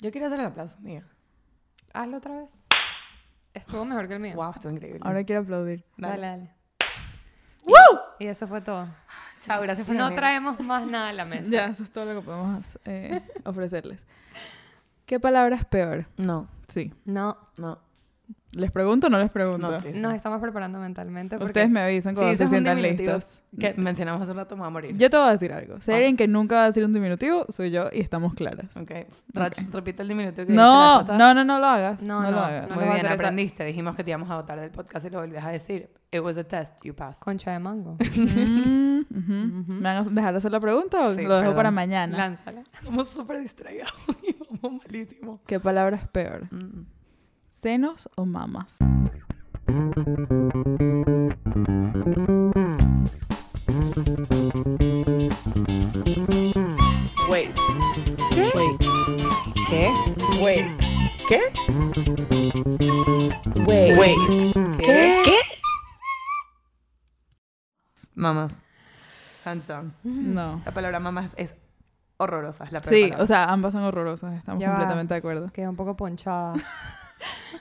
Yo quiero hacer el aplauso, mía. Hazlo otra vez. Estuvo mejor que el mío. Wow, estuvo increíble. Ahora quiero aplaudir. Dale, dale. ¡Woo! Y eso fue todo. Chao, gracias por No venir. traemos más nada a la mesa. Ya, eso es todo lo que podemos eh, ofrecerles. ¿Qué palabra es peor? No, Sí. No, no. ¿Les pregunto o no les pregunto? No, sí, sí. nos estamos preparando mentalmente. Porque Ustedes me avisan Sí, cuando ese se es un sientan diminutivo listos. Que mencionamos hace un rato, me va a morir. Yo te voy a decir algo. Si hay Ah. alguien que nunca va a decir un diminutivo, soy yo y estamos claras. Ok. Rach, repite el diminutivo que dijiste la No, vez pasada. no, no, no lo hagas. No, no, No, lo hagas. no. Muy vas a bien, hacer eso. aprendiste. Dijimos que te íbamos a votar del podcast y lo volvías a decir. It was a test, you passed. Concha de mango. Mm, ujú. ¿Me van a dejar hacer la pregunta o Sí, lo dejo perdón. para mañana? Lánzala. Somos súper distraídos y vamos malísimo. ¿Qué palabra es peor? ¿Senos o mamas? Wait. ¿Qué? Wait. ¿Qué? Wait. ¿Qué? Wait. ¿Qué? ¿Qué? Mamás. Hands down. No. La palabra mamás es horrorosa. Es la peor Sí, Mm. palabra. o sea, ambas son horrorosas. Estamos Ya va. completamente de acuerdo. Quedé un poco ponchada.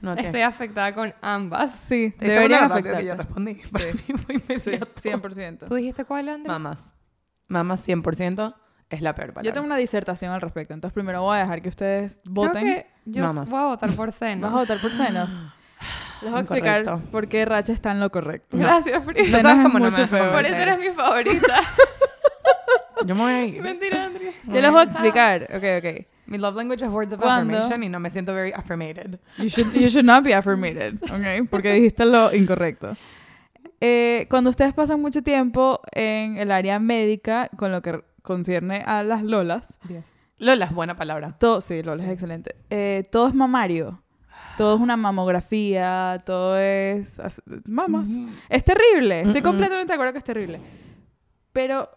no, ¿qué? Estoy afectada con ambas. Sí, Te hice deberían burlar rápido que Yo afectarte. respondí. Para mí fue Sí, inmediato. 100%. ¿Tú dijiste cuál, Andrea? Mamás. Mamás 100% es la peor palabra. Yo tengo una disertación al respecto, entonces primero voy a dejar que ustedes Creo voten. que yo Mamas. voy a votar por ¿Vas a seno. votar por senos? Les voy a explicar Incorrecto. por qué Racha está en lo correcto. No. Gracias, Frida. No Senos sabes es cómo no me mucho dejas peor. votar. Por eso eres mi favorita. Yo me voy a ir. Mentira, Andrea. Yo les voy a explicar. Ok, ok. Mi love language es words of ¿Cuándo? affirmation y no me siento very affirmated. You should, you should not be affirmated, ¿ok? Porque dijiste lo incorrecto. Eh, cuando ustedes pasan mucho tiempo en el área médica, con lo que concierne a las lolas, Dios. Lola es buena palabra. todo, sí, lolas es excelente, Eh, todo es mamario, todo es una mamografía, todo es as- mamas. Es terrible, estoy Mm-mm. completamente de acuerdo que es terrible. Pero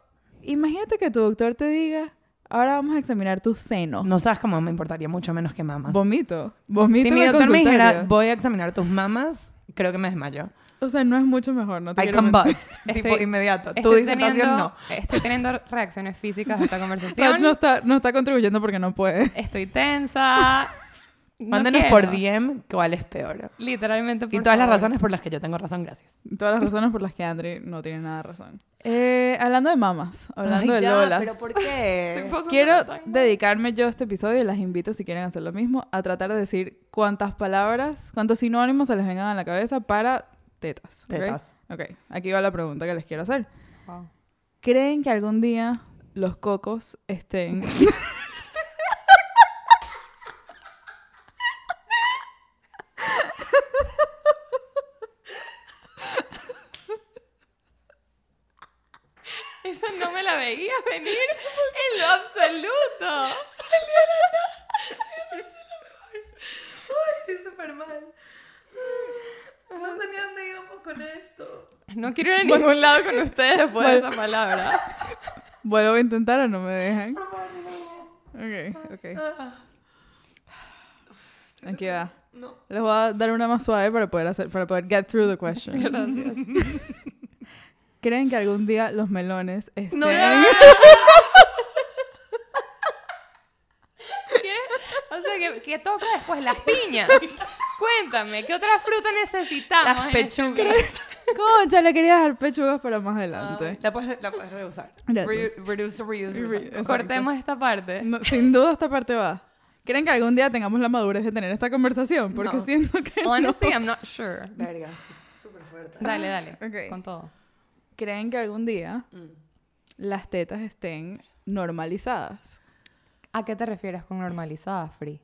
imagínate que tu doctor te diga, ahora vamos a examinar tus senos. No sabes cómo me importaría mucho menos que mamas. Vomito, vomito. si en mi el doctor me dijera, consultorio. voy a examinar tus mamas, creo que me desmayo. O sea, no es mucho mejor, no te I quiero mentir. combust. tipo Estoy- inmediato. Tu Estoy disertación teniendo, no. estoy teniendo reacciones físicas a esta Rach conversación. no está, no está contribuyendo porque no puede. Estoy tensa. No Mándenos quiero. por DM cuál es peor. Literalmente por Y todas las favor. razones por las que yo tengo razón, gracias. Todas las razones por las que Andri no tiene nada de razón. Eh, hablando de mamas, hablando de lolas. Eh, qué? Quiero dedicarme yo a este episodio y las invito, si quieren hacer lo mismo, a tratar de decir cuántas palabras, cuántos sinónimos se les vengan a la cabeza para tetas. ¿ok? Tetas. Ok, aquí va la pregunta que les quiero hacer. Wow. ¿Creen que algún día los cocos estén... Eso no me la veía venir en lo absoluto. Estoy súper mal. No tenía dónde íbamos con esto. No quiero ir a ningún lado con ustedes después de esa palabra. Vuelvo a intentar o no me dejan. Ok, ok. Aquí va. No. Les voy a dar una más suave para poder hacer, para poder get through the question. Gracias. ¿Creen que algún día los melones estén? No. ¿Quieres? O sea, ¿qué, qué toca después? Las piñas. Cuéntame, ¿qué otra fruta necesitamos? Las en este pechugas. mes? Concha, le quería dejar pechugas para más adelante. La puedes, la puedes reusar. Gracias. Reu- reduce, reuse, Re- recycle. exacto. Cortemos esta parte. No, sin duda esta parte va. ¿Creen que algún día tengamos la madurez de tener esta conversación? Porque No. siento que no. Honestly, I'm not sure. Verga, esto es súper fuerte. Dale, dale. Ok. Con todo. ¿Creen que algún día Mm. las tetas estén normalizadas? ¿A qué te refieres con normalizada, Free?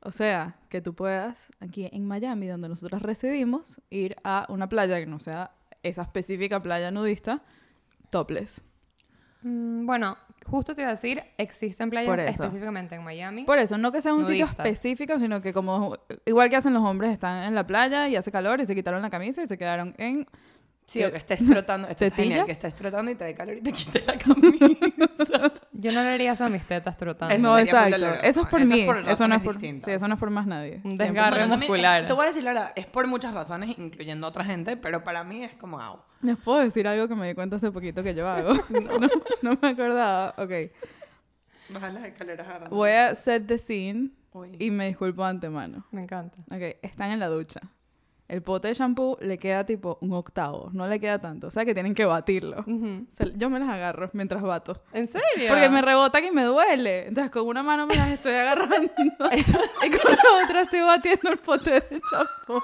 O sea, que tú puedas, aquí en Miami, donde nosotros residimos, ir a una playa que no sea esa específica playa nudista, topless. Mm, bueno, justo te iba a decir, existen playas Por eso. específicamente en Miami. Por eso, no que sea un sitio Nudistas. específico, sino que como igual que hacen los hombres, están en la playa y hace calor y se quitaron la camisa y se quedaron en... Sí, o que estés trotando. Esto es genial, ¿Tetillas? que estés trotando y te dé calor y te quite la camisa. Yo no le haría eso a mis tetas trotando. Eso no, sería exacto. por dolor. Eso es por Eso es mí. por eso, no razones es por, sí, distintas. eso no es por más nadie. Un 100%. desgarre Bueno, también, muscular. eh, Te voy a decir la verdad, es por muchas razones, incluyendo otra gente, pero para mí es como, au. Les puedo decir algo que me di cuenta hace poquito que yo hago. No, no me acordaba. Ok. Bajar las escaleras ahora. Voy a set the scene Uy, y me disculpo de antemano. Me encanta. Ok, están en la ducha. El pote de shampoo le queda tipo un octavo, no le queda tanto. O sea que tienen que batirlo. Ujú. Se- yo me las agarro mientras bato. ¿En serio? Porque me rebotan y me duele. Entonces con una mano me las estoy agarrando y con la otra estoy batiendo el pote de champú.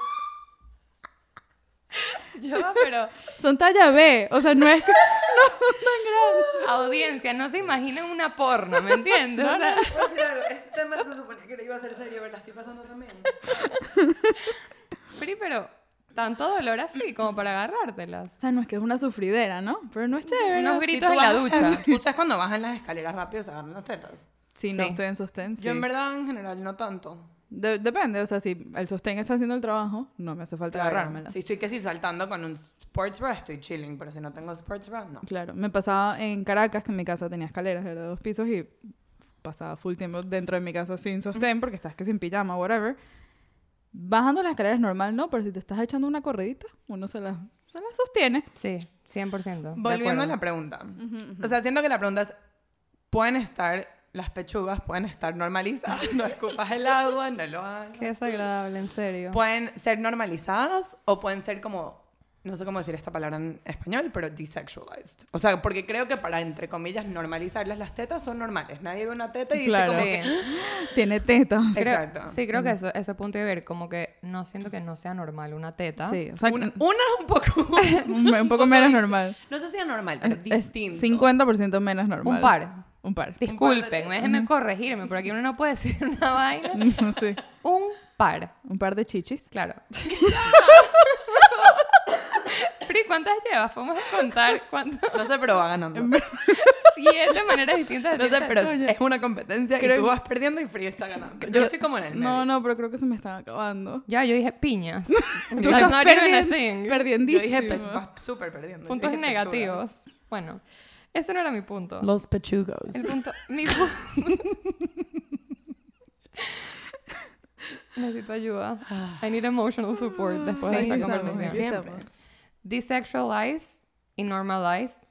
Yo, pero Son talla B, o sea, no es que... audiencia, no se imaginan una porno, ¿me entiendes? O sea, Voy a decir algo, Este tema se suponía que no iba a ser serio, pero la estoy pasando también. Pri, pero tanto dolor así como para agarrártelas. O sea, no es que es una sufridera, ¿no? Pero no es chévere. Unos Si gritos tú en la vas- ducha. Ustedes Ah, cuando bajan las escaleras rápido se agarran las tetas. Si no Sí. estoy en sostén, sí. Yo en verdad en general no tanto. De- depende, o sea, si el sostén está haciendo el trabajo, no me hace falta Claro, agarrármela. Si estoy que si saltando con un sports bra, estoy chilling, pero si no tengo sports bra, no. Claro, me pasaba en Caracas que en mi casa tenía escaleras, era de dos pisos y pasaba full tiempo dentro de mi casa sin sostén porque estás que sin pijama, whatever. Bajando las escaleras normal, no, pero si te estás echando una corridita, uno se la, se la sostiene. Sí, 100%. de Volviendo a acuerdo. la pregunta. O sea, siento que la pregunta es, ¿pueden estar las pechugas, pueden estar normalizadas? No escupas el agua, no lo hagas. Qué desagradable, en serio. ¿Pueden ser normalizadas o pueden ser como, no sé cómo decir esta palabra en español, pero desexualized? O sea, porque creo que para, entre comillas, normalizarlas, las tetas son normales. Nadie ve una teta y dice Claro. como Sí. que... Tiene tetas. Creo- Exacto. sí, creo que eso, ese punto de ver, como que no siento que no sea normal una teta. Sí, o sea, Una, un, una es un poco... un poco menos normal. No sé si es normal, pero Es distinto. 50% menos normal. Un par. Un par. Disculpen, déjenme corregirme, por aquí uno no puede decir una vaina. sí. Un par, Un par de chichis. claro. Pri, ¿cuántas llevas? Podemos contar cuántas. No sé, pero va ganando. Siete maneras distintas de No sé, decir pero tal es una competencia Creo- y tú vas perdiendo y Free está ganando. Yo, Yo- estoy como en el medio. No, no, pero creo que se me están acabando. Ya, yo dije piñas. Tú Like, estás not even a perdi- thing. Yo perdiendísima. dije, pe- vas súper perdiendo. Puntos Dije pechugas. negativos. Bueno, ese no era mi punto. Los pechugos. El punto. Mi punto. Necesito ayuda. I need emotional support después Sí, de esta estamos, conversación. siempre. Siempre. Desexualize y normalize,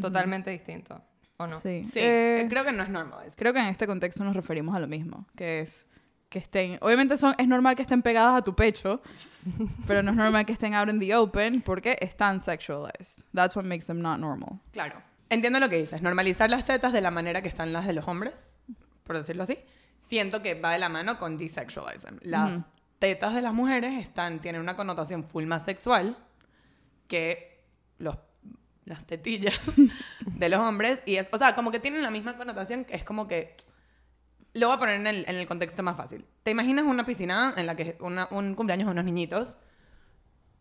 totalmente distinto. ¿O no? Sí. Sí, Eh, creo que no es normal. creo que en este contexto nos referimos a lo mismo, que es que estén, obviamente son, es normal que estén pegadas a tu pecho, pero no es normal que estén out in the open porque están sexualized. That's what makes them not normal. Claro. Entiendo lo que dices. Normalizar las tetas de la manera que están las de los hombres, por decirlo así, siento que va de la mano con desexualism. Las tetas de las mujeres están, tienen una connotación full más sexual que los, las tetillas de los hombres. Y es, o sea, como que tienen la misma connotación, que es como que... Lo voy a poner en el, en el contexto más fácil. ¿Te imaginas una piscina en la que una- un cumpleaños de unos niñitos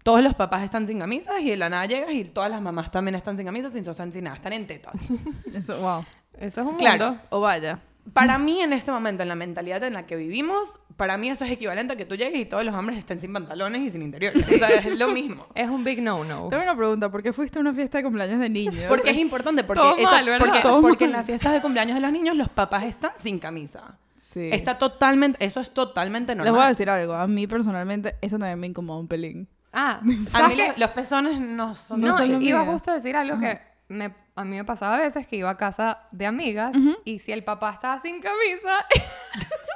todos los papás están sin camisas y de la nada llegas y todas las mamás también están sin camisas y no están sin nada, están en tetas. Eso, wow. Eso es un Claro. mundo. O vaya. Para mí, en este momento, en la mentalidad en la que vivimos, para mí eso es equivalente a que tú llegues y todos los hombres estén sin pantalones y sin interior. O sea, es lo mismo. Es un big no-no. Tengo una pregunta, ¿por qué fuiste a una fiesta de cumpleaños de niños? Porque es importante, porque, Todo esa- mal, ¿verdad? porque, Todo porque en mal. las fiestas de cumpleaños de los niños los papás están sin camisa. Sí. Está totalmente, eso es totalmente normal. Les voy a decir algo, a mí personalmente eso también me incomoda un pelín. Ah, A mí ¿sabes los, qué? los pezones no son... No, son lo iba mío. justo a decir algo que me, a mí me pasaba a veces que iba a casa de amigas y si el papá estaba sin camisa,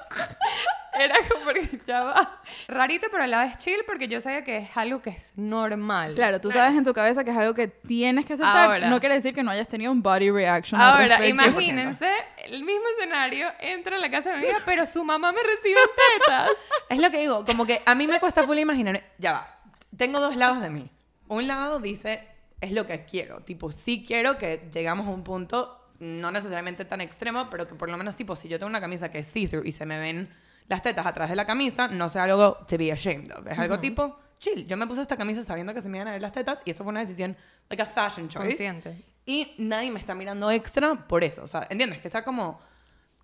era como que ya va. Rarito, pero a la vez chill porque yo sabía que es algo que es normal. Claro, tú sabes en tu cabeza que es algo que tienes que aceptar. Ahora. No quiere decir que no hayas tenido un body reaction. al Ahora, respecto. imagínense el mismo escenario, entro a la casa de mi amiga, pero su mamá me recibe en tetas. Es lo que digo, como que a mí me cuesta full imaginar. Ya va. Tengo dos lados de mí. Un lado dice, es lo que quiero. Tipo, sí quiero que llegamos a un punto, no necesariamente tan extremo, pero que por lo menos, tipo, si yo tengo una camisa que es see-through y se me ven las tetas atrás de la camisa, no sea algo to be ashamed of. Es algo tipo, chill. Yo me puse esta camisa sabiendo que se me iban a ver las tetas y eso fue una decisión, like a fashion choice. Consciente. Y nadie me está mirando extra por eso. O sea, ¿entiendes? Que sea como.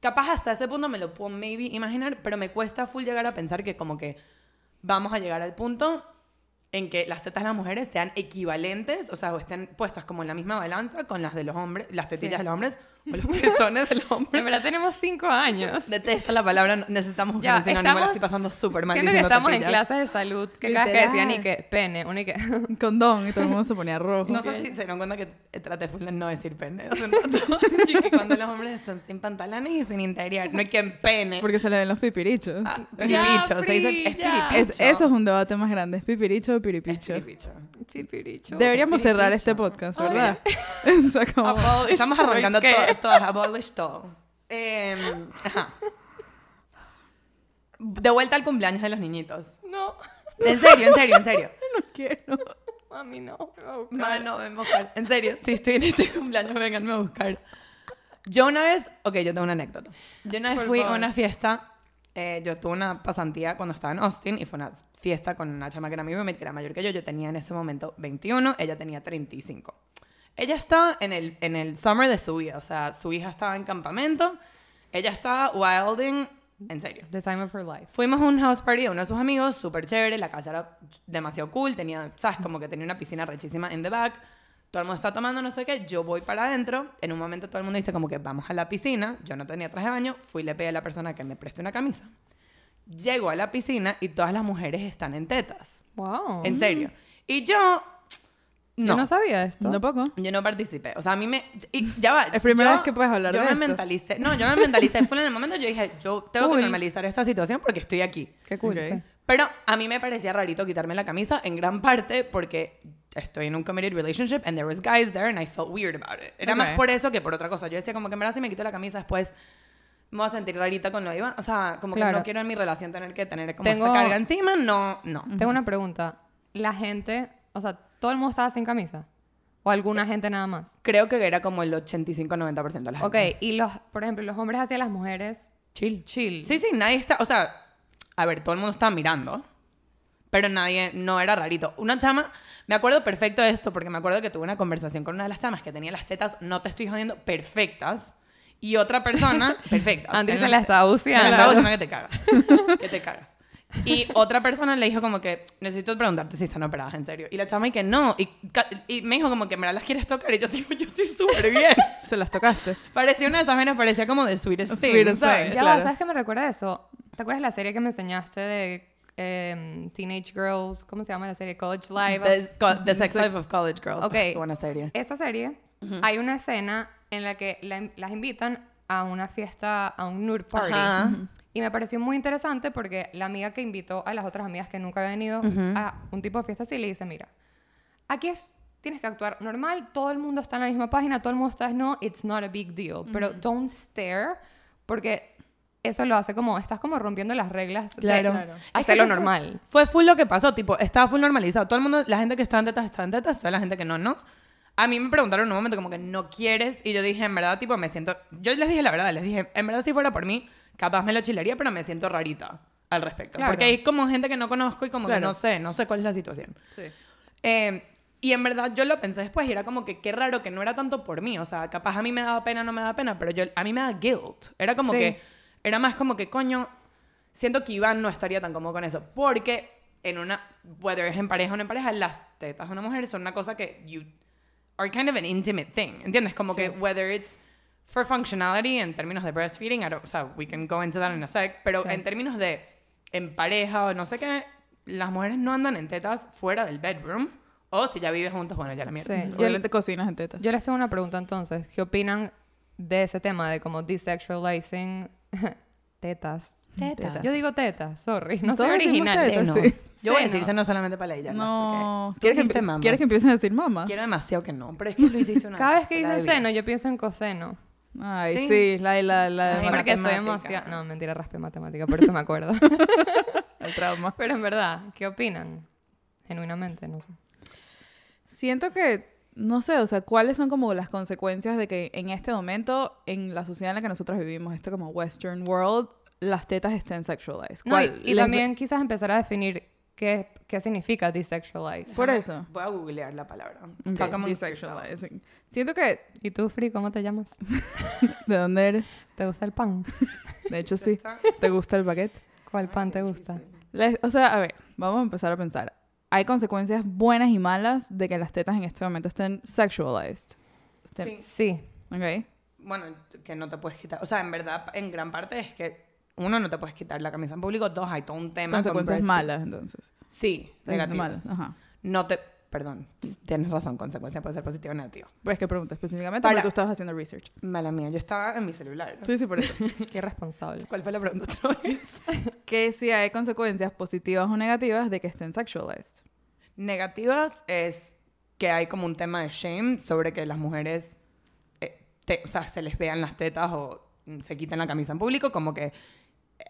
Capaz hasta ese punto me lo puedo maybe imaginar, pero me cuesta full llegar a pensar que como que vamos a llegar al punto en que las tetas de las mujeres sean equivalentes, o sea, o estén puestas como en la misma balanza con las de los hombres, las tetillas Sí. de los hombres, O los pezones del En hombre. verdad tenemos cinco años. Detesto la palabra, no- necesitamos un Ya, sinónimo, la estamos- estoy pasando súper mal. Siento que diciendo estamos en tetillas. clases de salud. Que cada vez que Literal. decían y que pene, uno y que... Condón, y todo el mundo se ponía rojo. No sé si se dieron cuenta que traté full de no decir pene hace un rato. Y que cuando los hombres están sin pantalones y sin interior, no hay quien pene. Ah, Porque se le ven los pipirichos. Ah, Piripicho, se dice, es Pri, ya. piripicho. Es- eso es un debate más grande, es pipiricho o Es piripicho. piripicho. Pipiricho. Deberíamos cerrar piripicho. este podcast, ¿verdad? O sea, como- Ah, Abolish Estamos arrancando ¿qué? todo, todo, abolish todo. Em, ajá. De vuelta al cumpleaños de los niñitos. No, En serio, en serio, en serio. no quiero. mami, no. Me va a buscar. Mano, venme a buscar. En serio, si estoy en este cumpleaños, venganme a buscar. Yo una vez, ok, yo tengo una anécdota. Yo una vez Por fui favor. a una fiesta, eh, yo tuve una pasantía cuando estaba en Austin y fue una fiesta con una chama que era mi roommate, que era mayor que yo. Yo tenía en ese momento 21, ella tenía 35. Ella estaba en el, en el summer de su vida, o sea, su hija estaba en campamento, ella estaba wilding, en serio. The time of her life. Fuimos a un house party de uno de sus amigos, súper chévere, la casa era demasiado cool, tenía, sabes, como que tenía una piscina rechísima en the back, todo el mundo está tomando no sé qué, yo voy para adentro, en un momento todo el mundo dice como que vamos a la piscina, yo no tenía traje de baño, fui y le pedí a la persona que me preste una camisa. Llego a la piscina y todas las mujeres están en tetas, Wow. Mm. en serio. Y yo, Yo no sabía esto. Tampoco. yo no participé. O sea, a mí me. y ya va. Es primera yo- vez que puedes hablar yo de me esto. mentalicé. No, yo me mentalicé. Fue en el momento yo dije, yo tengo Cool. que normalizar esta situación porque estoy aquí. Qué cool. Ok. sí. Pero a mí me parecía rarito quitarme la camisa en gran parte porque estoy en un committed relationship and there was guys there and I felt weird about it. Era Ok. más por eso que por otra cosa. Yo decía como que en verdad si me quito la camisa después me voy a sentir rarita con lo iba. O sea, como Claro. que no quiero en mi relación tener que tener como Tengo- esa carga encima. No, no. Tengo una pregunta. La gente, o sea, ¿todo el mundo estaba sin camisa? ¿O alguna gente nada más? Creo que era como el 85-90% de la gente. Ok, y los, por ejemplo, los hombres hacia las mujeres, Chill. chill. Sí, sí, nadie está, o sea, a ver, todo el mundo estaba mirando, pero nadie, no era rarito. Una chama, me acuerdo perfecto de esto, porque me acuerdo que tuve una conversación con una de las chamas que tenía las tetas, no te estoy jodiendo, perfectas, y otra persona, perfectas. Andrés En se la- la estaba se la buceando. estaba diciendo que te cagas, que te cagas. Y otra persona le dijo como que, necesito preguntarte si están operadas, en serio. Y la chama y que no, y, ca- y me dijo como que, me las quieres tocar, y yo digo, yo estoy súper bien. Se las tocaste. Parecía una de esas vainas, parecía como de Sweetest Thing, Sweetest ¿sabes? Thing. Ya, Claro. ¿sabes qué me recuerda a eso? ¿Te acuerdas la serie que me enseñaste de em, Teenage Girls? ¿Cómo se llama la serie? College Live. The, co- the Sex Life of College Girls. Ok. Qué Buena serie. Esa serie, hay una escena en la que la- las invitan a una fiesta, a un nude party. Ajá. Y me pareció muy interesante porque la amiga que invitó a las otras amigas que nunca habían ido a un tipo de fiesta así le dice, mira, aquí es, tienes que actuar normal, todo el mundo está en la misma página, todo el mundo está no, it's not a big deal, pero don't stare porque eso lo hace como, estás como rompiendo las reglas Claro. de Claro. Es que hacerlo eso fue- normal. Fue full lo que pasó, tipo, estaba full normalizado. Todo el mundo, la gente que estaba en tetas, estaba en tetas, toda la gente que no, no. A mí me preguntaron en un momento como que no quieres y yo dije, en verdad, tipo, me siento... Yo les dije la verdad, les dije, en verdad si fuera por mí, capaz me lo chilería, pero me siento rarita al respecto. Claro. Porque hay como gente que no conozco y como que Claro. no sé, no sé cuál es la situación. Sí. Eh, y en verdad yo lo pensé después y era como que qué raro que no era tanto por mí. O sea, capaz a mí me daba pena, no me daba pena, pero yo, a mí me da guilt. Era como Sí. que, era más como que, coño, siento que Iván no estaría tan cómodo con eso. Porque en una, whether es en pareja o no en pareja, las tetas de una mujer son una cosa que you are kind of an intimate thing. ¿Entiendes? Como que whether it's for functionality en términos de breastfeeding, I don't- o sea, we can go into that in a sec, pero Sí. en términos de en pareja o no sé qué, las mujeres no andan en tetas fuera del bedroom. O si ya vives juntos, bueno, ya la mierda. Sí. Yo- Obviamente cocinas en tetas. Yo les hago una pregunta entonces. ¿Qué opinan de ese tema de como desexualizing tetas? Tetas. Yo digo tetas, sorry. No soy Todos decimos original. tetas, Senos. sí. Yo voy a Senos. decir senos solamente para ella. No. porque- ¿Tú ¿Quieres que, dijiste empiece, mamá? ¿Quieres que empiecen a decir mamá? Quiero demasiado que no, pero es que lo hiciste una Cada vez que la dicen debí. seno, yo pienso en coseno. Ay, Sí. sí. la, la, la, Ay, la- Porque soy matemática. demasiado... No, mentira, raspé matemática, por eso me acuerdo. el trauma. Pero en verdad, ¿qué opinan? Genuinamente, no sé. Siento que, no sé, o sea, ¿cuáles son como las consecuencias de que en este momento, en la sociedad en la que nosotros vivimos, este como western world, las tetas estén sexualized? No, y- ¿Cuál- y, les- también quizás empezar a definir qué, qué significa desexualize. Por eso. Voy a googlear la palabra. Ok, Fuck, I'm desexualizing. Siento que... ¿Y tú, Fri, cómo te llamas? ¿De dónde eres? ¿Te gusta el pan? De hecho, sí. está. ¿Te gusta el baguette? ¿Cuál pan te gusta? Les- o sea, a ver, vamos a empezar a pensar. Hay consecuencias buenas y malas de que las tetas en este momento estén sexualized. Sí. Estén- Sí. ¿Ok? bueno, que no te puedes quitar. O sea, en verdad, en gran parte es que uno no te puedes quitar la camisa en público. Dos, hay todo un tema. con Consecuencias breastfeeding. malas, entonces. Sí, Negativas. negativas. Malas, ajá. No te. Perdón, tienes razón, consecuencia puede ser positiva o negativa. Pues que pregunta específicamente Para- porque tú estabas haciendo research. Mala mía, yo estaba en mi celular. Sí, sí, por eso. Qué responsable. ¿Cuál fue la pregunta otra vez? que si hay consecuencias positivas o negativas de que estén sexualized. Negativas es que hay como un tema de shame sobre que las mujeres eh, te- o sea, se les vean las tetas o mm, se quiten la camisa en público, como que eh,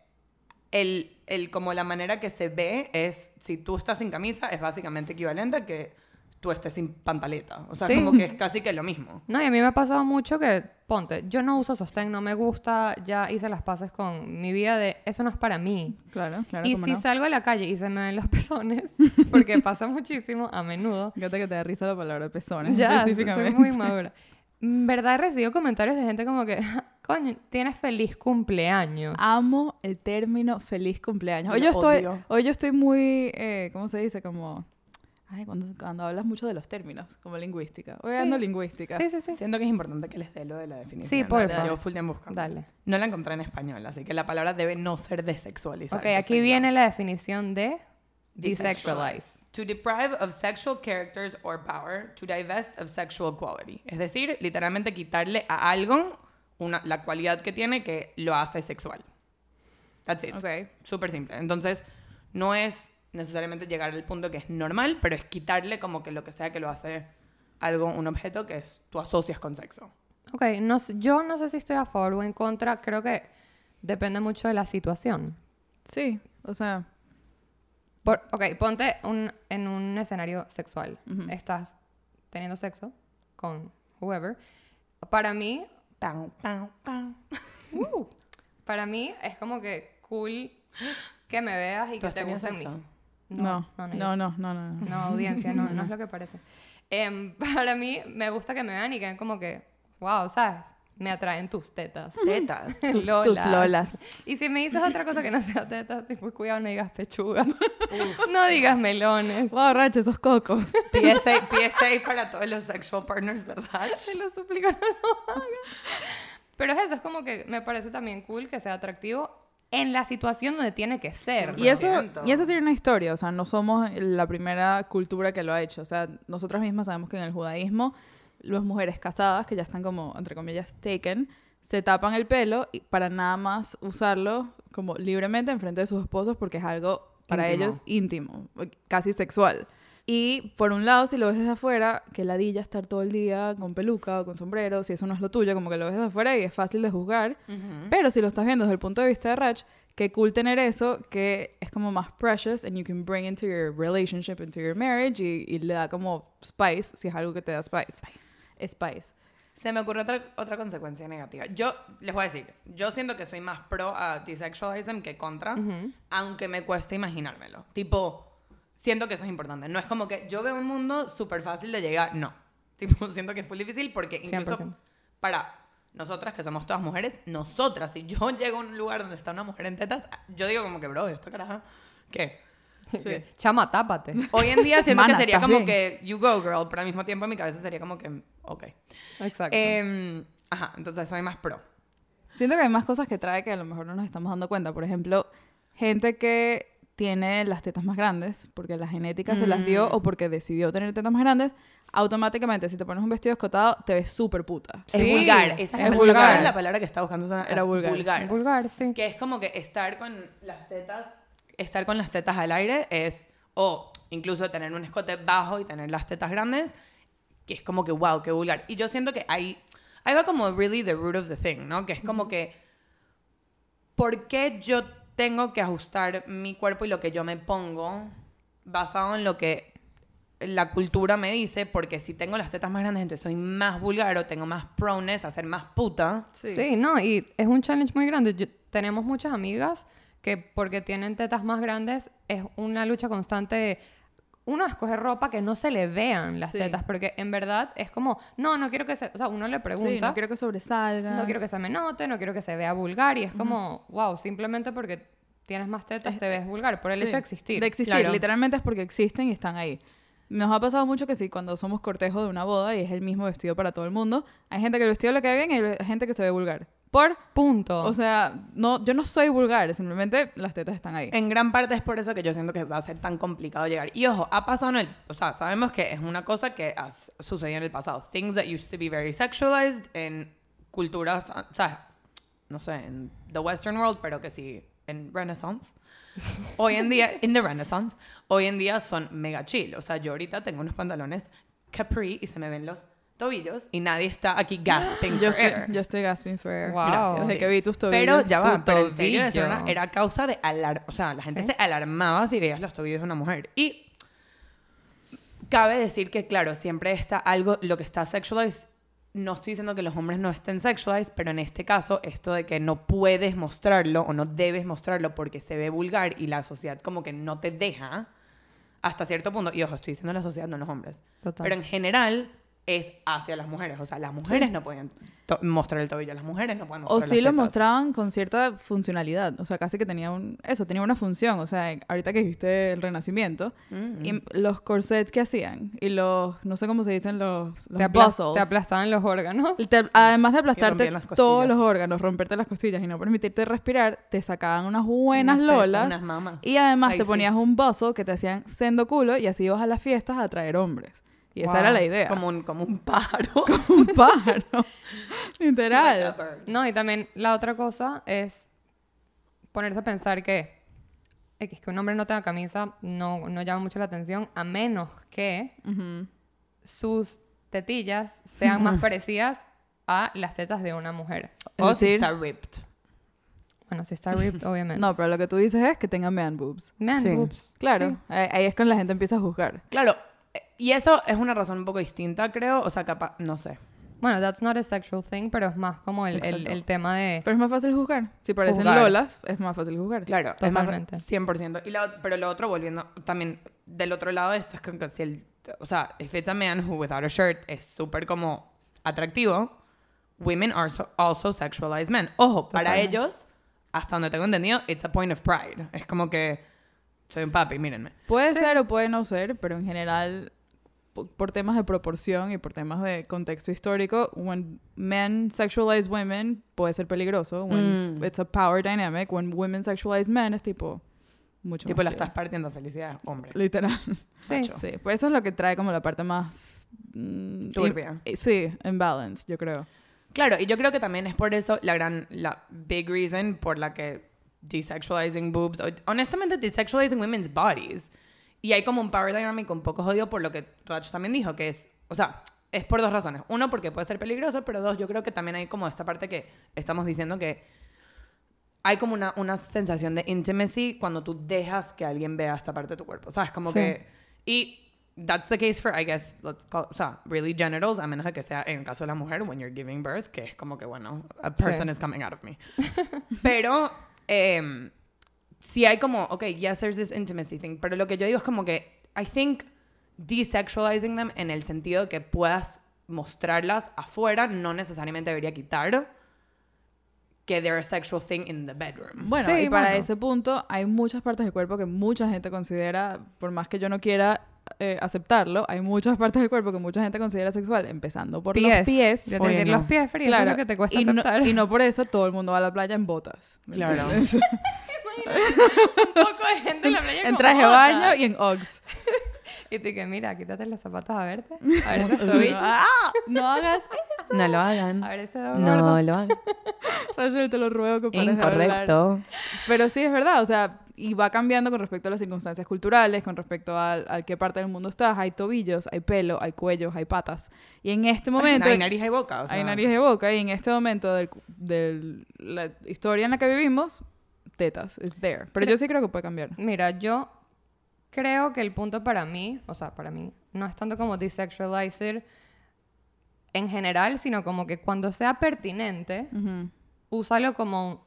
el, el- como la manera que se ve es, si tú estás sin camisa, es básicamente equivalente a que tú estés sin pantaleta. O sea, Sí. como que es casi que lo mismo. No, y a mí me ha pasado mucho que, ponte, yo no uso sostén, no me gusta, ya hice las paces con mi vida de, eso no es para mí. Claro, claro. y cómo si no. salgo a la calle y se me ven los pezones, porque pasa muchísimo, a menudo, Fíjate que te da risa la palabra pezones ya, específicamente. soy muy madura. En verdad he recibido comentarios de gente como que, coño, tienes feliz cumpleaños. Amo el término feliz cumpleaños. Hoy Lo yo estoy, odio. hoy yo estoy muy, eh, ¿cómo se dice? Como, ay, cuando, cuando hablas mucho de los términos, como lingüística. Hoy Sí. ando lingüística. Sí, sí, sí. Siento que es importante que les dé lo de la definición. Sí, porfa. Dale, Yo full en busca. Dale. No la encontré en español, así que la palabra debe no ser desexualizada. Ok, aquí viene la definición de desexualize. To deprive of sexual characters or power, to divest of sexual quality. Es decir, literalmente quitarle a algo una, la cualidad que tiene que lo hace sexual. That's it. Ok. Súper simple. Entonces, no es necesariamente llegar al punto que es normal, pero es quitarle como que lo que sea que lo hace algo, un objeto que es- tú asocias con sexo. Ok, no, sé- yo no sé si estoy a favor o en contra, creo que depende mucho de la situación. Sí, o sea, Por- ok, ponte un- en un escenario sexual. Estás teniendo sexo con whoever. Para mí, Pam, pam, pam. uh, para mí es como que cool que me veas y ¿Tú que has te tenido guste mi... sexo? no, no, no, yo no, no, no, no. No, audiencia, no, no es lo que parece. Em, para mí, me gusta que me vean y que como que, wow, ¿sabes? Me atraen tus tetas. Tetas. Tus- Tus lolas. Y si me dices otra cosa que no sea tetas, tipo, cuidado, no digas pechugas. no digas melones. Wow, Rach, esos cocos. PSA, PSA para todos los sexual partners de Rach. Te lo suplico, no lo hagas. Pero es eso, es como que me parece también cool que sea atractivo en la situación donde tiene que ser. Y eso, Siento. y eso tiene una historia, o sea, no somos la primera cultura que lo ha hecho. O sea, nosotras mismas sabemos que en el judaísmo, las mujeres casadas, que ya están como, entre comillas, taken, se tapan el pelo y- para nada más usarlo como libremente enfrente de sus esposos porque es algo para Íntimo. ellos íntimo, casi sexual. Y por un lado, si lo ves desde afuera, que ladilla estar todo el día con peluca o con sombrero, si eso no es lo tuyo, como que lo ves desde afuera y es fácil de juzgar. Pero si lo estás viendo desde el punto de vista de Rach, qué cool tener eso, que es como más precious and you can bring into your relationship, into your marriage y, y le da como spice, si es algo que te da spice. Spice. Se me ocurre otra, otra consecuencia negativa. Yo les voy a decir, yo siento que soy más pro a desexualism que contra, aunque me cueste imaginármelo. Tipo, siento que eso es importante. No es como que yo veo un mundo súper fácil de llegar. No. Tipo, siento que es muy difícil porque incluso 100%. para nosotras, que somos todas mujeres, nosotras, si yo llego a un lugar donde está una mujer en tetas, yo digo como que, bro, esta caraja, ¿qué? Sí. Chama, tápate. Hoy en día siento que Mana, sería ¿estás como bien? que, you go, girl, pero al mismo tiempo en mi cabeza sería como que, ok. Exacto. Em, ajá, entonces soy más pro. Siento que hay más cosas que trae que a lo mejor no nos estamos dando cuenta. Por ejemplo, gente que tiene las tetas más grandes porque la genética se las dio o porque decidió tener tetas más grandes, automáticamente si te pones un vestido escotado te ves súper puta. Es Sí, vulgar. Esa es es vulgar. vulgar. La palabra que estaba buscando era Era vulgar. vulgar. Vulgar, sí. Que es como que estar con las tetas, estar con las tetas al aire es, o incluso tener un escote bajo y tener las tetas grandes, que es como que wow, qué vulgar. Y yo siento que ahí, ahí va como really the root of the thing, ¿no? Que es como que, ¿por qué yo tengo que ajustar mi cuerpo y lo que yo me pongo basado en lo que la cultura me dice? Porque si tengo las tetas más grandes, entonces soy más vulgar o tengo más proneness a ser más puta. Sí. no, y es un challenge muy grande. Yo- tenemos muchas amigas que porque tienen tetas más grandes es una lucha constante de uno escoger ropa que no se le vean las Sí. tetas, porque en verdad es como, no, no quiero que se, o sea, uno le pregunta, Sí, no quiero que sobresalga. No quiero que se me note, no quiero que se vea vulgar. Y es como, wow, simplemente porque tienes más tetas te ves vulgar. Por el eh, Sí. hecho de existir. De existir, claro. literalmente es porque existen y están ahí. Nos ha pasado mucho que sí, cuando somos cortejo de una boda y es el mismo vestido para todo el mundo, hay gente que el vestido le queda bien y hay gente que se ve vulgar. Por, Punto. o sea, no, yo no soy vulgar, simplemente las tetas están ahí. En gran parte es por eso que yo siento que va a ser tan complicado llegar. Y ojo, ha pasado en el... O sea, sabemos que es una cosa que ha s- sucedido en el pasado. Things that used to be very sexualized en culturas, o sea, no sé, en the Western world, pero que sí, en Renaissance. Hoy en día, in the Renaissance, hoy en día son mega chill. O sea, yo ahorita tengo unos pantalones capri y se me ven los tobillos y nadie está aquí gasping Yo for air. estoy, yo estoy gasping for air. Wow. Gracias. Desde sí. que vi tus tobillos. Pero ya va, Su pero en serio, eso tobillo. era, era causa de alarma. O sea, la gente Sí. se alarmaba si veías los tobillos de una mujer. Y cabe decir que, claro, siempre está algo, lo que está sexualized. No estoy diciendo que los hombres no estén sexualized, pero en este caso, esto de que no puedes mostrarlo o no debes mostrarlo porque se ve vulgar y la sociedad como que no te deja hasta cierto punto. Y ojo, estoy diciendo la sociedad, no los hombres. Total. Pero en general es hacia las mujeres. O sea, las mujeres no pueden to- mostrar el tobillo, las mujeres no pueden mostrar O las sí lo tetas. mostraban con cierta funcionalidad. O sea, casi que tenía un... Eso, tenía una función. O sea, ahorita que dijiste el renacimiento, Mm. y los corsets que hacían y los... No sé cómo se dicen los... los te, apla- bustles. te aplastaban los órganos. Y te- además de aplastarte rompían las todos costillas. los órganos, romperte las costillas y no permitirte respirar, te sacaban unas buenas Unas tetas, lolas. unas mamas. Y además Ay, te sí. ponías un buzo que te hacían sendo culo y así ibas a las fiestas a atraer hombres. Y esa Wow. era la idea. Como un, como un pájaro. un pájaro. Literal. No, y también la otra cosa es ponerse a pensar que X, que un hombre no tenga camisa no, no llama mucho la atención, a menos que sus tetillas sean más parecidas a las tetas de una mujer. Es O si decir- Oh, está ripped. Bueno, si está ripped, obviamente. No, pero lo que tú dices es que tengan man boobs. Man Sí. boobs, Claro. sí. Ahí ahí es cuando la gente empieza a juzgar. Claro. eh, Y eso es una razón un poco distinta, creo. O sea, capaz, no sé. Bueno, that's not a sexual thing, pero es más como el, el- Exacto. el tema de... Pero es más fácil juzgar. Si parecen Juzgar. lolas, es más fácil juzgar. Claro, es más- Totalmente. 100%. Y la ot- pero lo otro, volviendo también del otro lado de esto, es que si el, o sea, if it's a man who without a shirt es súper como atractivo, women are so- also sexualized men. Ojo, para Totalmente. ellos, hasta donde tengo entendido, it's a point of pride. Es como que soy un papi, mírenme. Puede ser o puede no ser, pero en general, po- por temas de proporción y por temas de contexto histórico, when men sexualize women puede ser peligroso. When Mm. it's a power dynamic, when women sexualize men es tipo mucho Tipo, la más estás chévere. partiendo. Felicidades, hombre. Literal. Sí. macho. Sí, pues eso es lo que trae como la parte más... mm, Turbia. y- y- sí, imbalance, yo creo. Claro, y yo creo que también es por eso la gran, la big reason por la que desexualizing boobs, o- honestamente desexualizing women's bodies. Y hay como un power dynamic un poco jodido por lo que Rach también dijo, que es, o sea, es por dos razones. Uno, porque puede ser peligroso, pero dos, yo creo que también hay como esta parte que estamos diciendo que hay como una, una sensación de intimacy cuando tú dejas que alguien vea esta parte de tu cuerpo. ¿Sabes? Como Sí. que. Y that's the case for, I guess, let's call, o sea, really genitals, a menos de que sea en el caso de la mujer, when you're giving birth, que es como que, bueno, a person Sí. is coming out of me. Pero. em, sí hay como, ok, yes, there's this intimacy thing, pero lo que yo digo es como que, I think desexualizing them en el sentido que puedas mostrarlas afuera no necesariamente debería quitar que they're a sexual thing in the bedroom. Bueno, Mm. Sí, y para bueno. ese punto hay muchas partes del cuerpo que mucha gente considera, por más que yo no quiera eh, aceptarlo, hay muchas partes del cuerpo que mucha gente considera sexual, empezando por los Pies. pies. Yo te Oye, decir, no. los pies fríos es lo que te cuesta y no, aceptar. y no por eso todo el mundo va a la playa en botas. Claro. Entonces, un poco de gente en la playa en como, traje de "Jota". baño y en Uggs. Y te que mira, quítate los zapatos a verte. A ver esos tobillos. ¡Ah! No hagas. No lo hagan. A ver ese dedo gordo. No lo hagan. Rachel, te lo ruego que pares de hablar. Incorrecto. Pero sí, es verdad, o sea, y va cambiando con respecto a las circunstancias culturales, con respecto al, al qué parte del mundo estás. Hay tobillos, hay pelo, hay cuellos, hay patas. Y en este momento... Hay nariz y boca. o sea. hay nariz de boca y en este momento del, de la historia en la que vivimos, tetas, is there. Pero yo sí creo que puede cambiar. Mira, yo creo que el punto para mí, o sea, para mí, no es tanto como desexualizer en general, sino como que cuando sea pertinente, Mm. úsalo como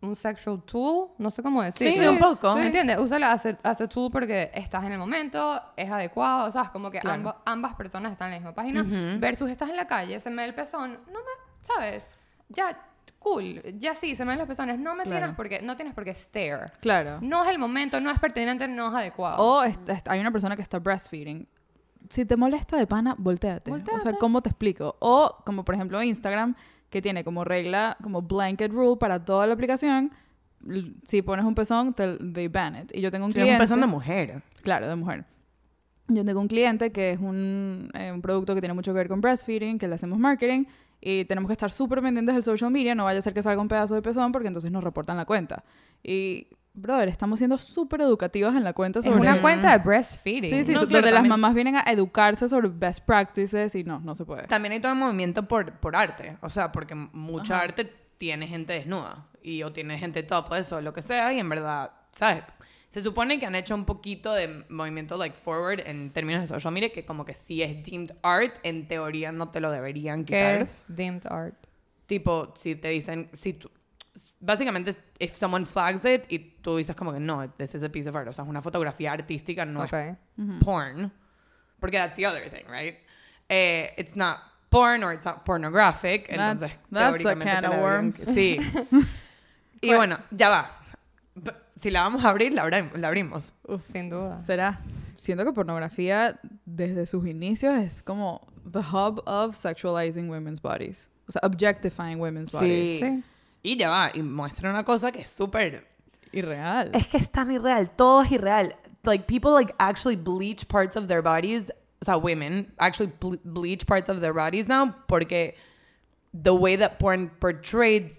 un, un sexual tool, no sé cómo decirlo. sí, un poco. ¿Me entiendes? Úsalo as a, as a tool porque estás en el momento, es adecuado, o sea, es como que amba- ambas personas están en la misma página. Versus estás en la calle, se me ve el pezón, no me, ¿sabes? Ya, cool, ya sí, se me ven los pezones, no me tienes Claro. porque no tienes por qué stare. Claro. No es el momento, no es pertinente, no es adecuado. O est- est- hay una persona que está breastfeeding. Si te molesta de pana, volteate. O sea, Voltéate. ¿cómo te explico? O como por ejemplo Instagram, que tiene como regla, como blanket rule para toda la aplicación. l- Si pones un pezón, te, they ban it. Y yo tengo un Tienes un cliente... pezón de mujer. Claro, de mujer. Yo tengo un cliente que es un, eh, un producto que tiene mucho que ver con breastfeeding, que le hacemos marketing y tenemos que estar súper pendientes del social media, no vaya a ser que salga un pedazo de pezón porque entonces nos reportan la cuenta. Y, brother, estamos siendo súper educativas en la cuenta es sobre... una cuenta de breastfeeding. Sí, sí, No, so- claro, donde las también- mamás vienen a educarse sobre best practices y no, no se puede. También hay todo el movimiento por, por arte. O sea, porque mucha arte tiene gente desnuda. Y o tiene gente topless o lo que sea. Y en verdad, ¿sabes? Se supone que han hecho un poquito de movimiento like forward en términos de social media que como que si es deemed art, en teoría no te lo deberían que quitar. es deemed art. Tipo, si te dicen, si tú- básicamente, if someone flags it y tú dices como que no, this is a piece of art, o sea, es una fotografía artística, no Ok. es porn, porque that's the other thing, right? Eh, it's not porn or it's not pornographic, That's- entonces that's a teóricamente can te of la abren- worms. Sí. y bueno, ya va. B- Si la vamos a abrir, la, abrim- la abrimos. Sin duda. Será. Siento que pornografía desde sus inicios es como the hub of sexualizing women's bodies. O sea, objectifying women's bodies. Sí. Y ya va, y muestra una cosa que es súper Irreal. Es que es tan irreal, todo es irreal. Like people like actually bleach parts of their bodies, o sea, women actually ble- bleach parts of their bodies now porque the way that porn portrays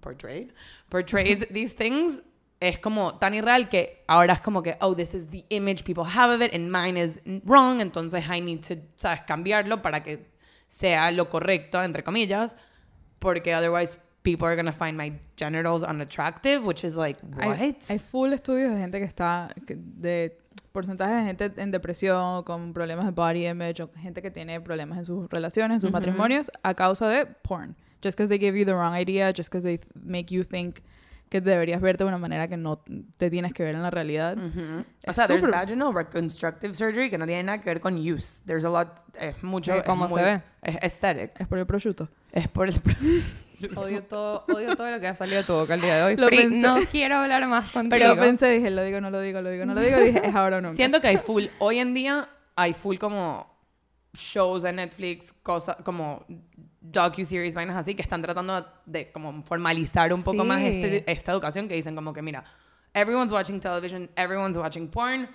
portrayed portrays these things es como tan irreal que ahora es como que oh this is the image people have of it and mine is wrong, entonces I need to sabes cambiarlo para que sea lo correcto entre comillas porque otherwise people are gonna find my genitals unattractive, which is like what? Hay, hay full estudios de gente que está, que- de porcentaje de gente en depresión, con problemas de body image, o gente que tiene problemas en sus relaciones, en sus matrimonios, a causa de porn. Just because they give you the wrong idea, just because they make you think que deberías verte de una manera que no te tienes que ver en la realidad. Mm-hmm. O Es sea, there's súper- vaginal reconstructive surgery que no tiene nada que ver con use. There's a lot, es mucho. Sí, es cómo se muy- ve. Es aesthetic. Es por el prosciutto. Es por el. Odio todo, odio todo lo que ha salido de tu boca el día de hoy. Lo Free, pensé. no quiero hablar más contigo. Pero pensé, dije, lo digo, no lo digo, lo digo, no lo digo, y dije, es ahora o nunca. Siento que hay full. Hoy en día hay full como shows de Netflix, cosas como docu-series, vainas así, que están tratando de como formalizar un poco más Sí. este- esta educación que dicen como que, mira, everyone's watching television, everyone's watching porn.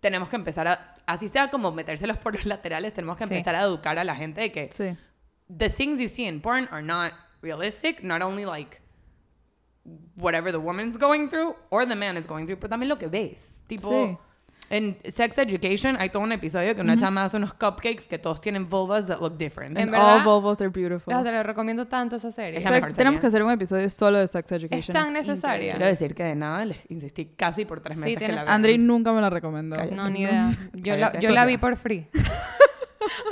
Tenemos que empezar a, así sea como metérselos por los laterales, tenemos que Sí. empezar a educar a la gente de que Sí. the things you see in porn are not realistic, not only like whatever the woman's going through or the man is going through, pero también lo que ves. Tipo, Sí. en Sex Education hay todo un episodio que una chama hace unos cupcakes que todos tienen vulvas that look different. En And verdad- all vulvas are beautiful. Ah, Te lo recomiendo tanto esa serie. Es la Sex- mejor tenemos serie. que hacer un episodio solo de sex Es education. tan increíble. necesaria. Quiero decir que de nada les insistí casi por tres Sí, meses que tienes- la vean. Andrei nunca me la recomendó. Cállate. No, ni idea. Yo, la, Cállate, yo la sola. vi por free.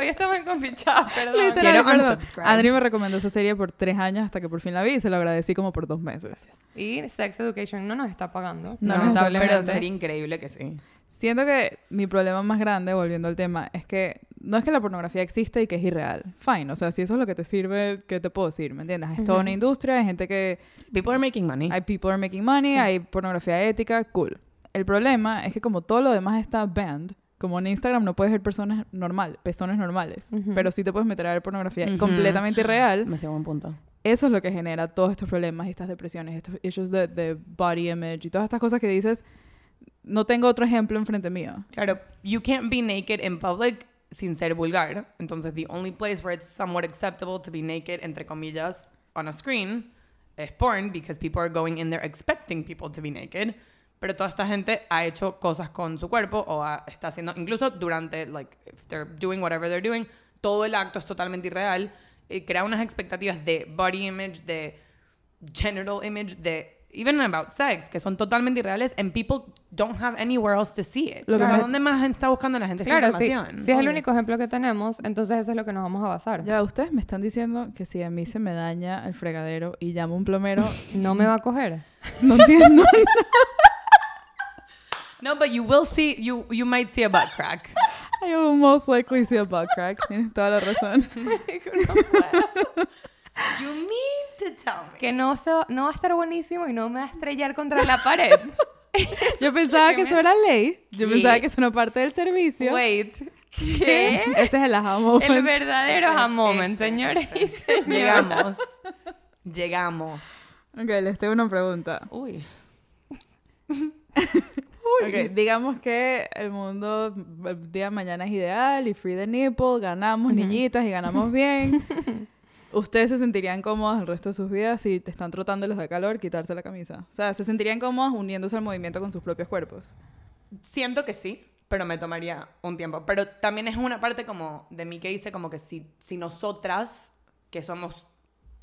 Hoy estamos en confichada, perdón. Literal. Quiero perdón. unsubscribe. Andrei me recomendó esa serie por tres años hasta que por fin la vi y se lo agradecí como por dos meses. Y Sex Education no nos está pagando, No, pero lamentablemente. sería increíble que sí. Siento que mi problema más grande, volviendo al tema, es que no es que la pornografía existe y que es irreal. Fine, o sea, si eso es lo que te sirve, ¿qué te puedo decir? ¿Me entiendes? Es toda una industria, hay gente que... People are making money. Hay people are making money, hay pornografía ética, cool. El problema es que como todo lo demás está banned, como en Instagram no puedes ver personas normal, personas normales, pero sí te puedes meter a ver pornografía Ujú. completamente irreal. Me sigo un punto. Eso es lo que genera todos estos problemas y estas depresiones, estos issues de, de body image y todas estas cosas que dices, no tengo otro ejemplo enfrente mío. Claro, you can't be naked in public sin ser vulgar. Entonces, the only place where it's somewhat acceptable to be naked, entre comillas, on a screen es porn because people are going in there expecting people to be naked. Pero toda esta gente ha hecho cosas con su cuerpo o ha- está haciendo, incluso durante, like, if they're doing whatever they're doing, todo el acto es totalmente irreal y crea unas expectativas de body image, de genital image, de even about sex, que son totalmente irreales and people don't have anywhere else to see it. Lo o que sea, me- ¿dónde más está buscando la gente esta Claro, sí. información? Si es el único ejemplo que tenemos, entonces eso es lo que nos vamos a basar. Ya, ustedes me están diciendo que si a mí se me daña el fregadero y llamo a un plomero, No me va a coger. no entiendo. No, but you will see, you, you might see a butt crack. I will most likely see a butt crack. Tienes toda la razón. You mean to tell me. Que no, se- no va a estar buenísimo y no me va a estrellar contra la pared. Yo pensaba que eso era ley. Yo ¿Qué? pensaba que eso era parte del servicio. Wait. ¿Qué? ¿Qué? Este es el aha moment. El verdadero Este, aha moment, este, señores y señoras. Llegamos. Llegamos. Ok, les tengo una pregunta. Uy. Ok, digamos que el mundo el día de mañana es ideal y free the nipple, ganamos niñitas y ganamos bien. ¿Ustedes se sentirían cómodas el resto de sus vidas si te están tratando y les da calor quitarse la camisa? O sea, ¿se sentirían cómodas uniéndose al movimiento con sus propios cuerpos? Siento que sí, pero me tomaría un tiempo. Pero también es una parte como de mí que hice como que si, si nosotras, que somos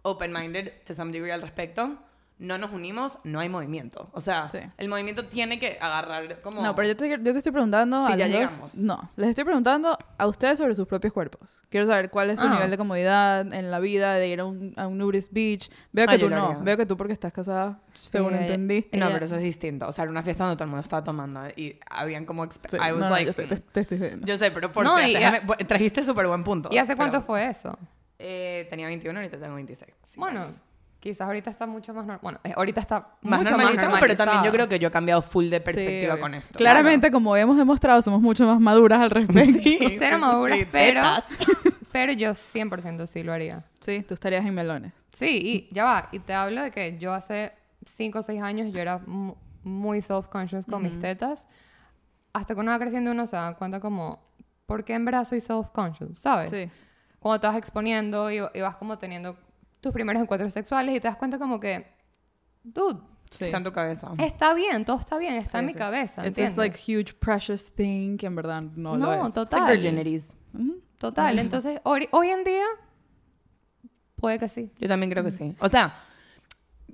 open-minded to some degree al respecto, no nos unimos, no hay movimiento. O sea, Sí. el movimiento tiene que agarrar como... No, pero yo te, yo te estoy preguntando Si a ya los dos- llegamos. No, les estoy preguntando a ustedes sobre sus propios cuerpos. Quiero saber cuál es su Ah. nivel de comodidad en la vida, de ir a un, a un nudist beach. Veo que Ah, yo tú lo no, haría. veo que tú porque estás casada, según ella- entendí. No, Ella- pero eso es distinto. O sea, era una fiesta donde todo el mundo estaba tomando y habían como... exp- Sí, I was no, no, like, yo sé, te, mm. te estoy diciendo. Yo sé, pero por No, si- y- déjame- bu- trajiste súper buen punto. ¿Y hace cuánto pero, fue eso? eh, tenía 21, ahorita tengo 26. sí, Bueno, años. quizás ahorita está mucho más normal. Bueno, eh, ahorita está más mucho normalizado, más pero también yo normalizado. creo que yo he cambiado full de Sí, perspectiva obvio. con esto. Claramente, como hemos demostrado, somos mucho más maduras al respecto. Sí, Cero maduras, sí, pero, tetas. pero yo 100% sí lo haría. tú estarías en melones. Sí, y ya va. Y te hablo de que yo hace 5 o 6 años yo era mu- muy self-conscious con mis tetas. Hasta que uno va creciendo uno se da cuenta como, ¿por qué en verdad soy self-conscious? Pues, ¿Sabes? Sí. Cuando te vas exponiendo y, y vas como teniendo tus primeros encuentros sexuales y te das cuenta como que, dude, sí. Está en tu cabeza. está bien, todo está bien, está en Sí, mi sí. cabeza, It's ¿entiendes? this like huge precious thing que en verdad no, no, lo es. It's like total. virginities. Total, entonces hoy, hoy en día puede que sí. Yo también creo Mm. que sí. O sea,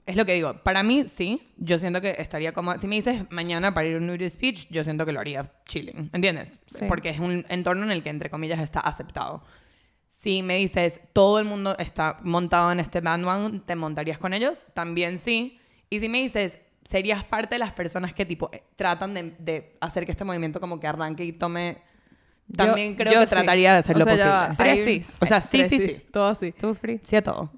es lo que digo. Para mí, sí. Yo siento que estaría como... Si me dices mañana para ir a un nudist speech, yo siento que lo haría chilling. ¿Entiendes? Sí. Porque es un entorno en el que, entre comillas, está aceptado. Si me dices todo el mundo está montado en este bandwagon, ¿te montarías con ellos? También sí. Y si me dices, ¿serías parte de las personas que tipo eh, tratan de, de hacer que este movimiento como que arranque y tome? Yo- También creo yo que sí. trataría de hacer lo O sea, posible. ya va. Tres Hay un- sís. O sea, sí, Tres sí, sís, sí. Todo así. Tú, Free. Sí a todo.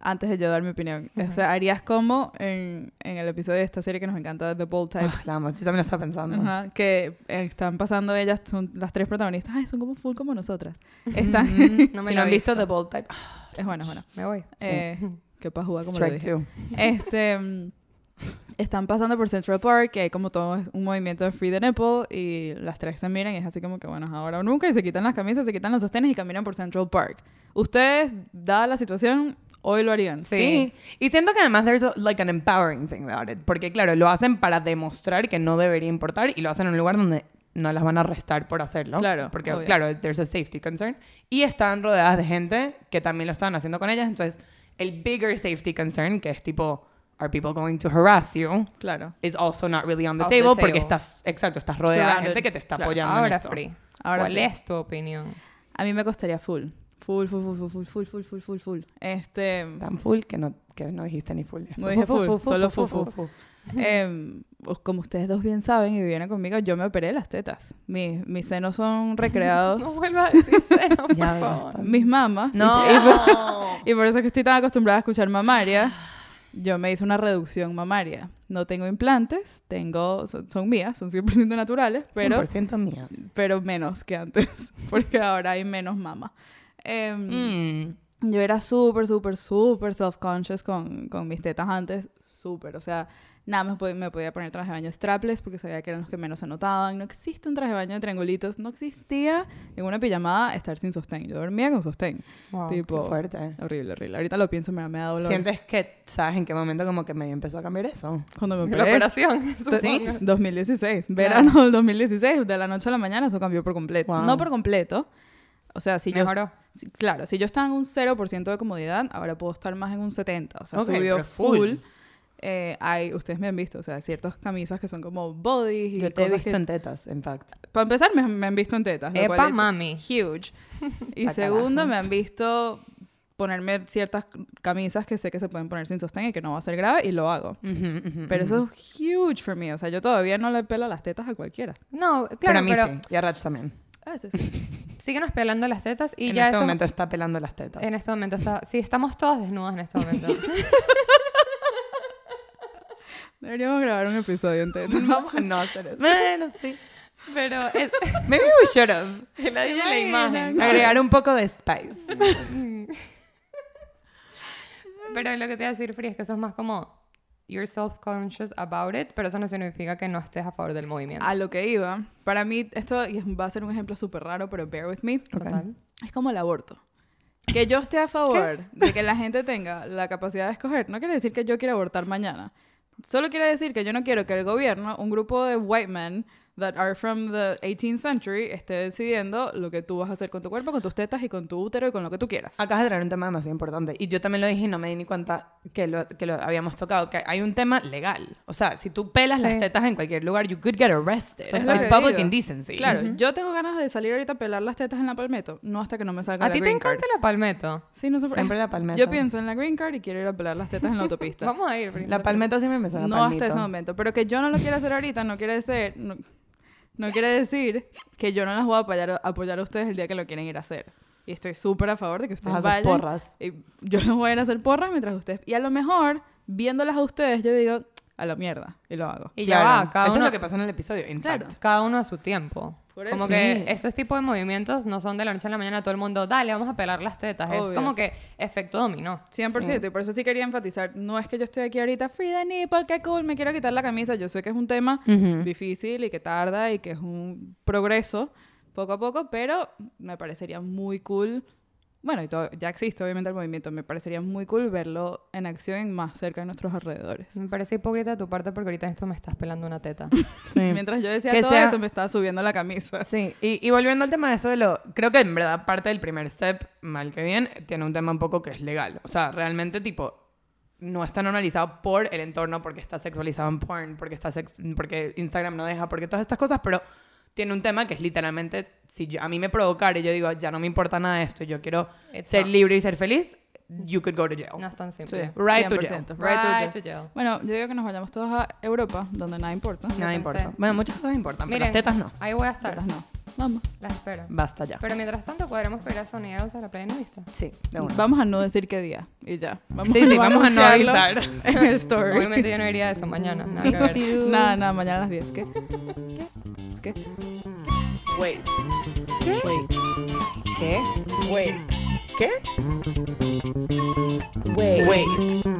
Antes de yo dar mi opinión, o sea, harías como en, en el episodio de esta serie que nos encanta, The Bold Type. Ah, la amo. Yo también lo estaba pensando. Ajá, que eh, están pasando ellas, son las tres protagonistas, ay, son como full como nosotras. Están, No me si lo no he han visto visto. The Bold Type, Ah, es bueno, es bueno. Me voy. Eh, que pa' jugar como lo Strike dije. Two. Este, mm, están pasando por Central Park, que hay como todo un movimiento de Free the Nipple, y las tres se miran y es así como que, bueno, es ahora o nunca, y se quitan las camisas, se quitan los sostenes y caminan por Central Park. Ustedes, dada la situación, hoy lo harían. Sí. Y siento que además there's a- like an empowering thing about it. Porque claro, lo hacen para demostrar que no debería importar y lo hacen en un lugar donde no las van a arrestar por hacerlo. Claro, Porque obvio. claro, there's a safety concern. Y están rodeadas de gente que también lo estaban haciendo con ellas. Entonces, el bigger safety concern, que es tipo, are people going to harass you? Claro. Is also not really on the Off the table, porque table. estás, exacto, estás rodeada de Surrounded. gente que te está Claro. apoyando. en Ahora, esto. Free. Ahora ¿Cuál sí. es tu opinión? A mí me costaría full. Full, full, full, full, full, full, full, full, full. Este, Tan full que no, que no dijiste ni full. No dije full, solo full, full. full. em, pues, como ustedes dos bien saben y vivieron conmigo, yo me operé las tetas. Mis, mis senos son recreados. No vuelvas a decir cero, por Ya favor. basta. mis mamas. No. Y por, y por eso es que estoy tan acostumbrada a escuchar mamaria. Yo me hice una reducción mamaria. No tengo implantes, tengo, son, son mías, son 100% naturales, pero, 100% mía. pero menos que antes, porque ahora hay menos mama. Em, Mm. Yo era súper, súper, súper self-conscious con, con mis tetas antes, súper. O sea, nada, me podía, me podía poner traje de baño strapless porque sabía que eran los que menos se notaban. No existe un traje de baño de triangulitos, no existía en una pijamada estar sin sostén. Yo dormía con sostén. Wow, tipo, Qué fuerte. Horrible, horrible. Ahorita lo pienso, me, da- me da dolor. ¿Sientes que sabes en qué momento como que medio empezó a cambiar eso? Cuando me La operé, operación. te- supongo. 2016, verano del 2016, de la noche a la mañana eso cambió por completo. Wow. No por completo. O sea, si yo Mejoró. Sí, Claro, si yo estaba en un 0% de comodidad, ahora puedo estar más en un 70%. O sea, Ok, subió pero full. full. Eh, hay, ustedes me han visto, o sea, ciertas camisas que son como bodies y Yo te he cosas visto que- en tetas, en fact. Para empezar, me, me han visto en tetas. lo cual Epa, es mami. Huge. y Saca segundo, abajo. me han visto ponerme ciertas camisas que sé que se pueden poner sin sostén y que no va a ser grave y lo hago. Pero eso es huge for me. O sea, yo todavía no le pelo las tetas a cualquiera. No, Pero a claro, mí pero Ah, sí. Y a Rach también. A veces. sí. Síguenos pelando las tetas y en ya este eso- momento está pelando las tetas. En este momento está... Sí, estamos todos desnudos en este momento. Deberíamos grabar un episodio entero. Vamos a no hacer eso. Bueno, sí. Pero... es- Maybe we Oh, should have. la imagen. Agregar un poco de spice. Mm. Pero lo que te voy a decir, Free, es que eso es más como... You're self-conscious about it, pero eso no significa que no estés a favor del movimiento. A lo que iba, para mí, esto y va a ser un ejemplo súper raro, pero bear with me. Total. Es como el aborto. Que yo esté a favor de que la gente tenga la capacidad de escoger no quiere decir que yo quiera abortar mañana. Solo quiere decir que yo no quiero que el gobierno, un grupo de white men that are from the 18th century, esté decidiendo lo que tú vas a hacer con tu cuerpo, con tus tetas y con tu útero y con lo que tú quieras. Acabas de traer un tema demasiado importante. Y yo también lo dije y no me di ni cuenta que lo, que lo habíamos tocado. Que hay un tema legal. O sea, si tú pelas las Sí. tetas en cualquier lugar, you could get arrested. Es lo It's que public digo. indecency. Claro, yo tengo ganas de salir ahorita a pelar las tetas en la palmeto, no hasta que no me salga ¿A la ti te green card. encanta la palmeto? Sí, no sé por- Siempre la palmeta. Yo pienso en la green card y quiero ir a pelar las tetas en la autopista. Vamos a ir, Free. La palmeta siempre me suena a no palmito. hasta ese momento. Pero que yo no lo quiera hacer ahorita no quiere decir, no, no quiere decir que yo no las voy a apoyar, apoyar a ustedes el día que lo quieren ir a hacer. Y estoy súper a favor de que ustedes Vas a hacer vayan. porras. Y yo les voy a ir a hacer porras mientras ustedes... Y a lo mejor, viéndolas a ustedes, yo digo, a la mierda. Y lo hago. Y Claro. ya va, cada Eso uno... es lo que pasó en el episodio. in Claro, fact. cada uno a su tiempo. Por Como eso. que Sí. esos tipos de movimientos no son de la noche a la mañana todo el mundo, dale, vamos a pelar las tetas. Es Obvio. como que efecto dominó. 100%. Y por eso sí quería enfatizar. No es que yo estoy aquí ahorita, free the nipple, qué cool, me quiero quitar la camisa. Yo sé que es un tema difícil y que tarda y que es un progreso poco a poco, pero me parecería muy cool. Bueno, y todo- ya existe obviamente el movimiento. Me parecería muy cool verlo en acción en más cerca de nuestros alrededores. Me parece hipócrita de tu parte porque ahorita en esto me estás pelando una teta. Sí. Mientras yo decía Que todo sea- eso, me estaba subiendo la camisa. Sí, y, y volviendo al tema de eso de lo... Creo que en verdad parte del primer step, mal que bien, tiene un tema un poco que es legal. O sea, realmente tipo, no está normalizado por el entorno, porque está sexualizado en porn, porque, está sex- porque Instagram no deja, porque todas estas cosas, pero tiene un tema que es literalmente, si yo- a mí me provocara y yo digo, ya no me importa nada de esto, yo quiero It's ser not- libre y ser feliz, you could go to jail. No es tan Sí, simple. Right to 100%, Right, right to jail. to jail. Bueno, yo digo que nos vayamos todos a Europa, donde nada importa. Nada pensé. importa. Bueno, muchas cosas importan, Miren, pero las tetas no. Ahí voy a estar. Mientras no. Vamos. Las espero. Basta ya. Pero mientras tanto, podremos pedir a Sony Eagles a la playa nudista. Sí, de una. Vamos a no decir qué día y ya. Vamos Sí, sí, vamos a no anunciarlo avisar. En el story. Obviamente yo no iría a eso mañana. Nada que ver. Nada, nada, mañana a las 10. ¿Qué? ¿Qué? ¿Qué? Wait. Wait. ¿Qué? Wait. ¿Qué? Wait. Wait.